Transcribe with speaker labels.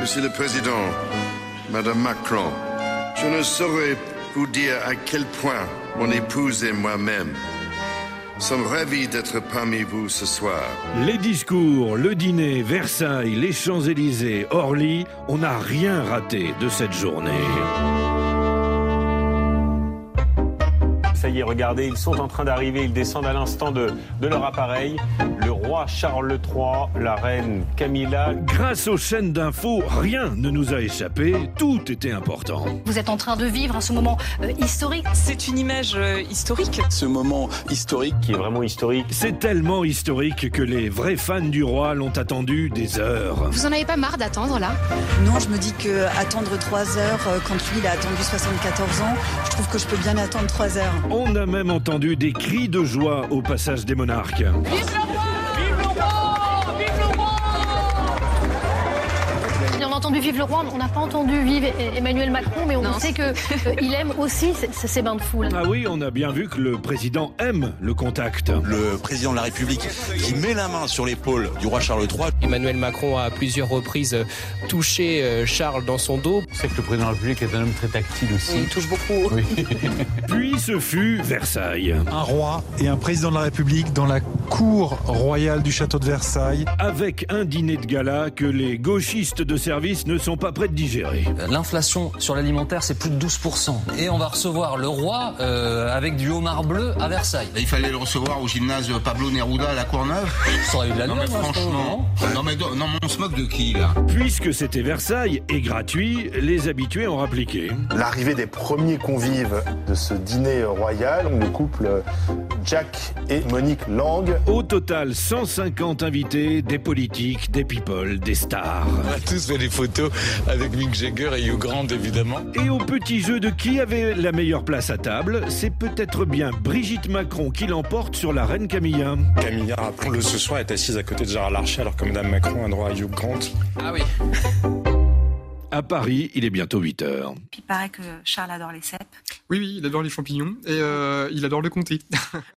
Speaker 1: Monsieur le Président, Madame Macron, je ne saurais vous dire à quel point mon épouse et moi-même sommes ravis d'être parmi vous ce soir.
Speaker 2: Les discours, le dîner, Versailles, les Champs-Élysées, Orly, on n'a rien raté de cette journée.
Speaker 3: Ça y est, regardez, ils sont en train d'arriver, ils descendent à l'instant de, de leur appareil. Le roi Charles III, la reine Camilla.
Speaker 2: Grâce aux chaînes d'infos, rien ne nous a échappé, tout était important.
Speaker 4: Vous êtes en train de vivre à ce moment euh, historique.
Speaker 5: C'est une image euh, historique.
Speaker 6: Ce moment historique.
Speaker 3: Qui est vraiment historique.
Speaker 2: C'est tellement historique que les vrais fans du roi l'ont attendu des heures.
Speaker 4: Vous en avez pas marre d'attendre là
Speaker 7: Non, je me dis que attendre 3 heures euh, quand lui il a attendu 74 ans, je trouve que je peux bien attendre 3 heures.
Speaker 2: On a même entendu des cris de joie au passage des monarques.
Speaker 4: On a entendu Vive le roi, on n'a pas entendu Vive Emmanuel Macron, mais on
Speaker 5: Non.
Speaker 4: sait que euh, il aime aussi ces- ces ces bains de foule.
Speaker 2: Ah oui, on a bien vu que le président aime le contact.
Speaker 6: Le président de la République qui met la main sur l'épaule du roi Charles III.
Speaker 8: Emmanuel Macron a à plusieurs reprises euh, touché euh, Charles dans son dos.
Speaker 9: Je sais que le président de la République est un homme très tactile aussi.
Speaker 5: Il touche beaucoup.
Speaker 2: Puis ce fut Versailles,
Speaker 10: un roi et un président de la République dans la cour royale du château de Versailles.
Speaker 2: avec un dîner de gala que les gauchistes de service ne sont pas prêts de digérer.
Speaker 11: Euh, L'inflation sur l'alimentaire, c'est plus de 12%. Et on va recevoir le roi euh, avec du homard bleu à Versailles.
Speaker 12: Il fallait le recevoir au gymnase Pablo Neruda à la Courneuve.
Speaker 11: Ça aurait eu de la
Speaker 12: Non mais
Speaker 11: gueule, hein,
Speaker 12: franchement, non mais, non, mais on se moque de qui là
Speaker 2: Puisque c'était Versailles et gratuit, les habitués ont appliqué.
Speaker 13: L'arrivée des premiers convives de ce dîner royal, le couple Jack et Monique Lang.
Speaker 2: Au total, 150 invités, des politiques, des people, des stars.
Speaker 9: On a tous fait des photos avec Mick Jagger et Hugh Grant, évidemment.
Speaker 2: Et au petit jeu de qui avait la meilleure place à table, c'est peut-être bien Brigitte Macron qui l'emporte sur la reine Camilla.
Speaker 14: Camilla, rappelons-le ce soir, est assise à côté de Gérard Larcher, alors que Madame Macron a droit à Hugh Grant.
Speaker 11: Ah oui.
Speaker 2: À Paris, il est bientôt 8 heures.
Speaker 5: Il paraît que Charles adore les cèpes.
Speaker 15: Oui, oui, il adore les champignons et euh, il adore le comté.